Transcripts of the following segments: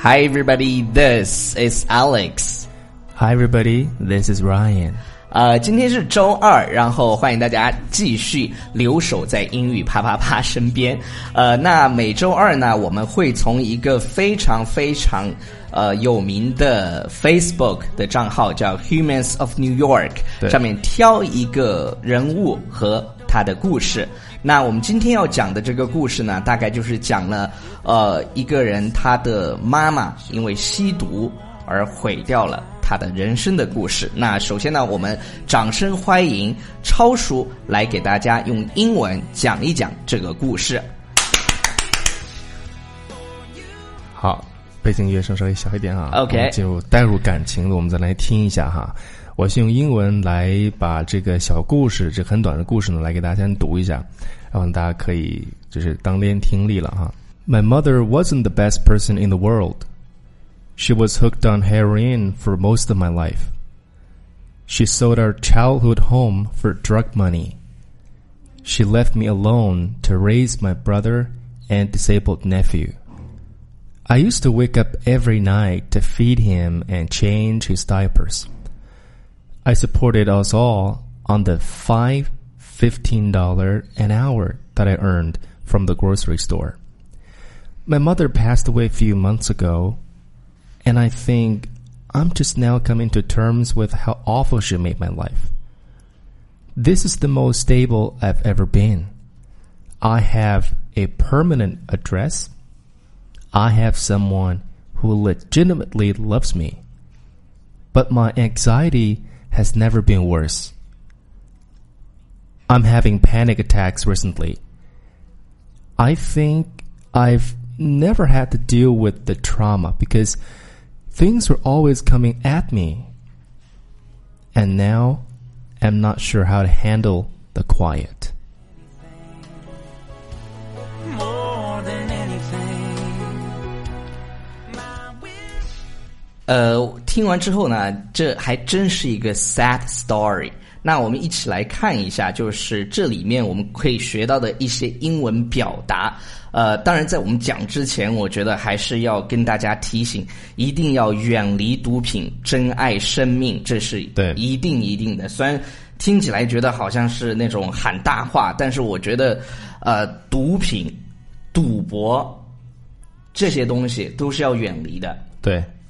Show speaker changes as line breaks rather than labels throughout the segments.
Hi, everybody. This is Alex.
Hi, everybody. This is Ryan.
呃，今天是周二，然后欢迎大家继续留守在英语啪啪啪身边。呃，那每周二呢，我们会从一个非常非常呃有名的 Facebook 的账号叫 Humans of New York
对
上面挑一个人物和他的故事。那我们今天要讲的这个故事呢，大概就是讲了呃一个人他的妈妈因为吸毒而毁掉了他的人生的故事。那首先呢，我们掌声欢迎超叔来给大家用英文讲一讲这个故事。
好，背景音乐声稍微小一点啊。
OK
我们就带入感情的，我们再来听一下哈。我先用英文来把这个小故事，这很短的故事呢，来给大家先读一下，然后大家可以就是当练听力了哈。My mother wasn't the best person in the world. She was hooked on heroin for most of my life. She sold our childhood home for drug money. She left me alone to raise my brother and disabled nephew. I used to wake up every night to feed him and change his diapers. I supported us all on the five fifteen dollar an hour that I earned from the grocery store. My mother passed away a few months ago, and I think I'm just now coming to terms with how awful she made my life. This is the most stable I've ever been. I have a permanent address I have someone who legitimately loves me. But my anxiety has never been worse. I'm having panic attacks recently. I think I've never had to deal with the trauma because things were always coming at me. And now I'm not sure how to handle the quiet.
more than anything.
呃，听完之后呢，这还真是一个 sad story。那我们一起来看一下，就是这里面我们可以学到的一些英文表达。呃，当然，在我们讲之前，我觉得还是要跟大家提醒，一定要远离毒品，珍爱生命，这是
对
一定一定的。虽然听起来觉得好像是那种喊大话，但是我觉得，呃，毒品、赌博这些东西都是要远离的。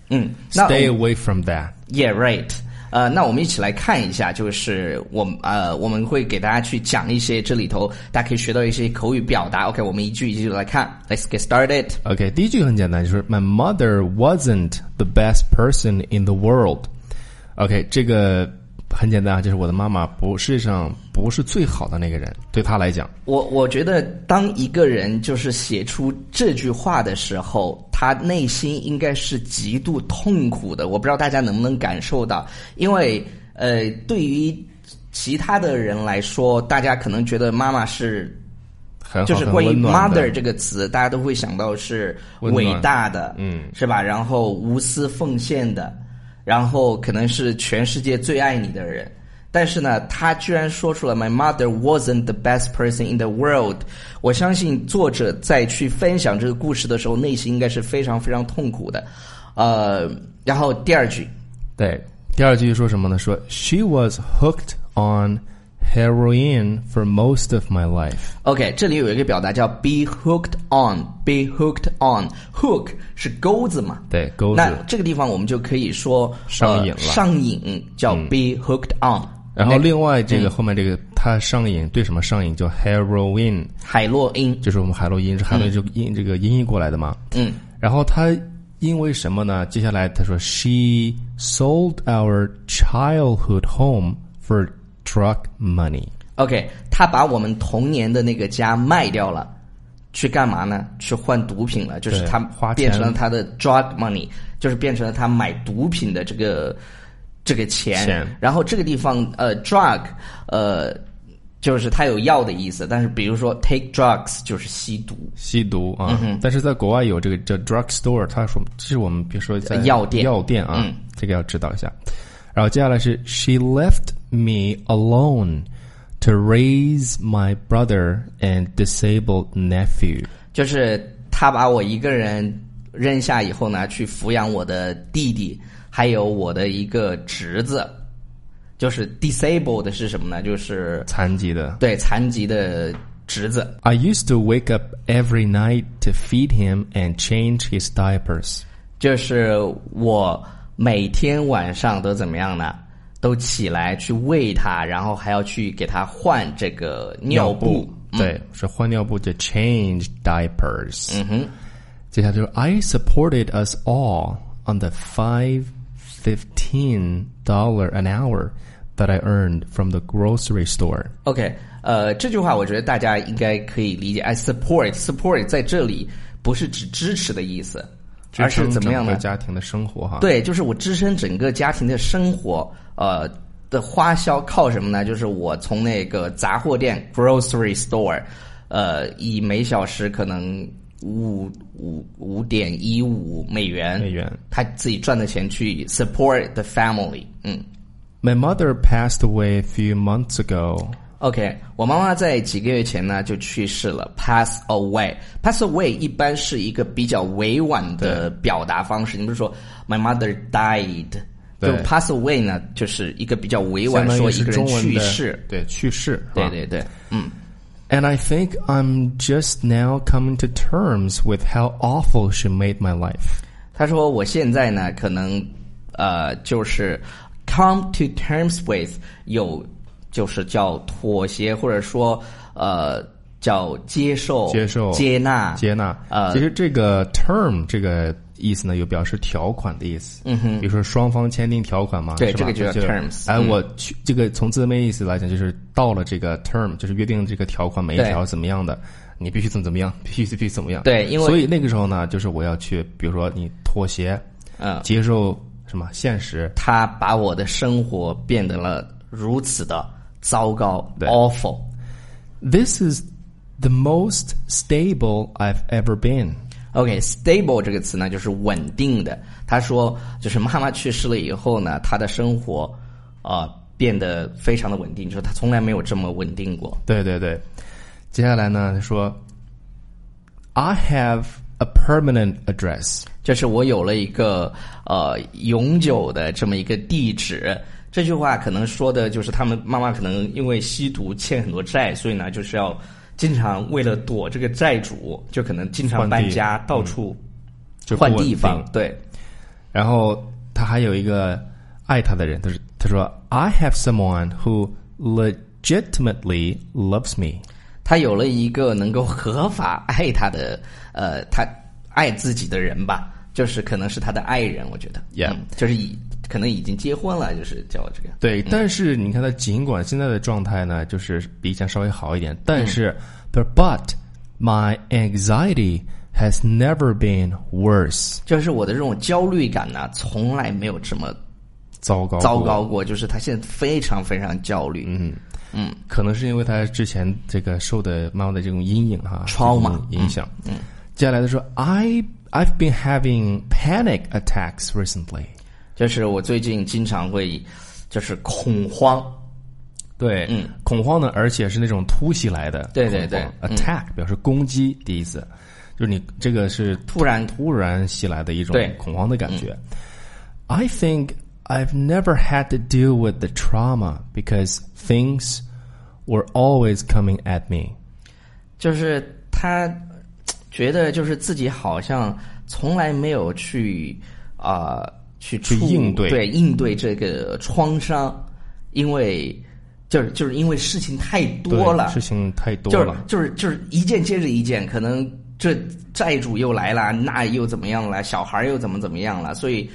嗯，那我
Stay away from that.
Yeah, right. 呃，那我们一起来看一下，就是我们呃，我们会给大家去讲一些这里头大家可以学到一些口语表达。OK，我们一句一句来看。Let's get started.
OK，第一句很简单，就是 My mother wasn't the best person in the world。OK，这个很简单啊，就是我的妈妈不世界上不是最好的那个人，对她来讲，
我我觉得，当一个人就是写出这句话的时候，他内心应该是极度痛苦的。我不知道大家能不能感受到，因为呃，对于其他的人来说，大家可能觉得妈妈是
很好，
就是
很
关于
温暖
mother
的
这个词，大家都会想到是
温暖
伟大的，
嗯，
是吧？然后无私奉献的，然后可能是全世界最爱你的人。但是呢，他居然说出了 “My mother wasn't the best person in the world”。我相信作者在去分享这个故事的时候，内心应该是非常非常痛苦的。呃，然后第二句，
对。第二句说什么呢？说 She was hooked on heroin for most of my life。
OK，这里有一个表达叫 “be hooked on”，“be hooked on”，“hook” 是钩子嘛？
对，钩子
那。这个地方我们就可以说
上瘾了嗯
呃上瘾叫 be hooked on、
然后
那嗯
另外这个后面这个，她上瘾对什么上瘾？叫 heroin，
海洛因，
就是我们海洛因，是海洛因就音这个音译过来的嘛。
嗯，
然后他因为什么呢？接下来他说，She sold our childhood home for drug money。
OK，他把我们童年的那个家卖掉了，去干嘛呢？去换毒品了，就是
对
他
花钱
变成了他的 drug money，就是变成了他买毒品的这个这个钱。
钱
然后这个地方呃 drug 呃就是它有药的意思，但是比如说 take drugs 就是吸毒。
吸毒
嗯
啊，但是在国外有这个叫 drug store，他说这是我们比如说在
药店
药店啊，
嗯
这个要知道一下。然后接下来是 She left me alone to raise my brother and disabled nephew。
就是他把我一个人扔下以后呢，去抚养我的弟弟，还有我的一个侄子。就是 disabled 是什么呢？就是
残疾的。
对残疾的侄子。
I used to wake up every night to feed him and change his diapers.
就是我每天晚上都怎么样呢？都起来去喂他，然后还要去给他换这个尿布。
对，是换尿布就 change diapers。嗯
Mm-hmm.
哼，接下来就是 I supported us all on the five fifteen dollar an hour that I earned from the grocery store。
OK，呃，这句话我觉得大家应该可以理解。I support support 在这里不是指支持的意思，而是怎么样
支
呢
撑整个？家庭的生活哈。，
对，就是我支撑整个家庭的生活，呃的花销靠什么呢？就是我从那个杂货店 （grocery store），呃，以每小时可能五五五点一五美元，
美元
他自己赚的钱去 support the family。嗯
My mother passed away a few months ago.
，OK，我妈妈在几个月前呢就去世了，pass away。pass away 一般是一个比较委婉的表达方式，你比如说 my mother died。就
对
pass away 呢，就是一个比较委婉
相当
说
于
一
是
个人
中文
去
的
世，，
对去世，是
对
吧
对对，嗯，
And I think I'm just now coming to terms with how awful she made my life.
他说我现在呢，可能呃，就是 come to terms with 有就是叫妥协，或者说呃叫接受、
接受
接纳、
接纳。
呃
其实这个 term 这个意思呢，有表示条款的意思。嗯哼，比如说双方签订条款嘛，
对
是吧
这个就叫
是
terms，
哎，
嗯
我去这个从字面意思来讲，就是到了这个 term，就是约定这个条款每一
对
条怎么样的。你必须怎么怎么样， 必须必须怎么样？
对因为
所以那个时候呢，就是我要去，比如说你妥协，
嗯，
接受什么现实，
他把我的生活变得了如此的糟糕
对
，awful。
This is the most stable I've ever been.
OK，stable、这个词呢，就是稳定的。他说，就是妈妈去世了以后呢，他的生活啊、呃变得非常的稳定，就是他从来没有这么稳定过。
对对对，接下来呢说，I have a permanent address。
就是我有了一个呃永久的这么一个地址。这句话可能说的就是他们妈妈可能因为吸毒欠很多债，所以呢就是要经常为了躲这个债主，就可能经常
换地嗯
搬家，到处
就不
换
稳
地
定
方。对，
然后他还有一个爱他的人，他说他说 I have someone who legitimately loves me。
他有了一个能够合法爱他的呃，他爱自己的人吧，就是可能是他的爱人，我觉得
Yeah
嗯就是已可能已经结婚了，就是叫这个
对，但是你看他尽管现在的状态呢，就是比以前稍微好一点，但是、but but my anxiety has never been worse。
就是我的这种焦虑感呢，从来没有这么
糟糕，
糟糕，过，就是他现在非常非常焦虑，嗯嗯
可能是因为他之前这个受的妈妈的这种阴影哈
Trauma，
这种影响。嗯，接下来他说，I I've been having panic attacks recently。
就是我最近经常会就是恐慌，
对，
嗯，
恐慌呢，而且是那种突袭来的恐
对
慌。
对对嗯
，attack 表示攻击的意思，就是你这个是
突然
突然袭来的一种
对嗯
恐慌的感觉。I think I've never had to deal with the trauma because things were always coming at me。
就是他嘖觉得就是自己好像从来没有去啊、去
去
触
应对
对应对这个创伤，因为就是就是因为事情太多
对
了，
事情太多
就是
了。
就是就是一件接着一件，可能这债主又来了，那又怎么样了，小孩又怎么怎么样了，所以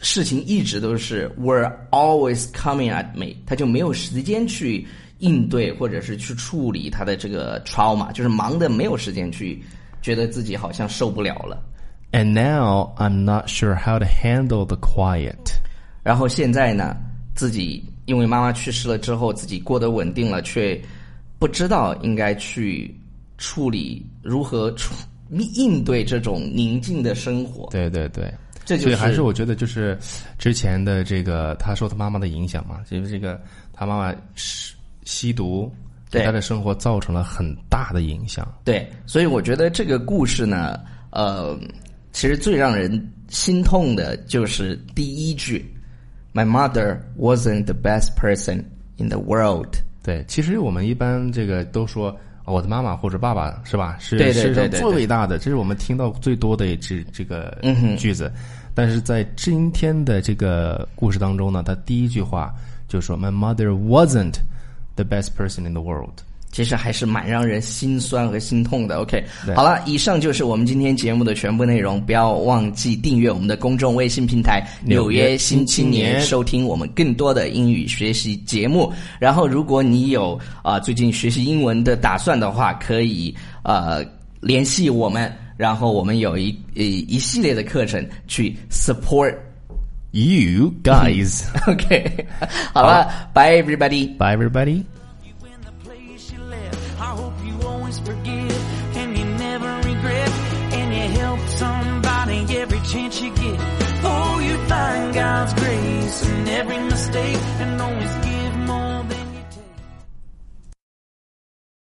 事情一直都是 were always coming at me，他就没有时间去应对或者是去处理他的这个 trauma，就是忙的没有时间去，觉得自己好像受不了了。
And now I'm not sure how to handle the quiet.
然后现在呢，自己因为妈妈去世了之后，自己过得稳定了，却不知道应该去处理如何处应对这种宁静的生活。
对对对，
这就
所以
是
还是我觉得就是之前的这个他受他妈妈的影响嘛，就是这个他妈妈吸吸毒，
对
对他的生活造成了很大的影响。
对，所以我觉得这个故事呢，呃，其实最让人心痛的就是第一句，My mother wasn't the best person in the world。
对，其实我们一般这个都说。哦我的妈妈或者爸爸是吧？是
对对
世
对
界上
对
最伟大的，这是我们听到最多的这这个
嗯哼
句子。但是在今天的这个故事当中呢，他第一句话就说：“My mother wasn't the best person in the world。
其实还是蛮让人心酸和心痛的。OK，
对
好了，以上就是我们今天节目的全部内容。不要忘记订阅我们的公众微信平台《
纽
纽
约
约
新
新
青
青
年
年》，收听我们更多的英语学习节目。然后，如果你有啊、最近学习英文的打算的话，可以呃联系我们，然后我们有一呃一系列的课程去 support。
”You guys,
OK，好了，Bye everybody。
bye everybody.
you in the place you left. I hope you always forgive and you never regret. And you help somebody every chance you get. Oh, you find God's grace in every mistake and always give.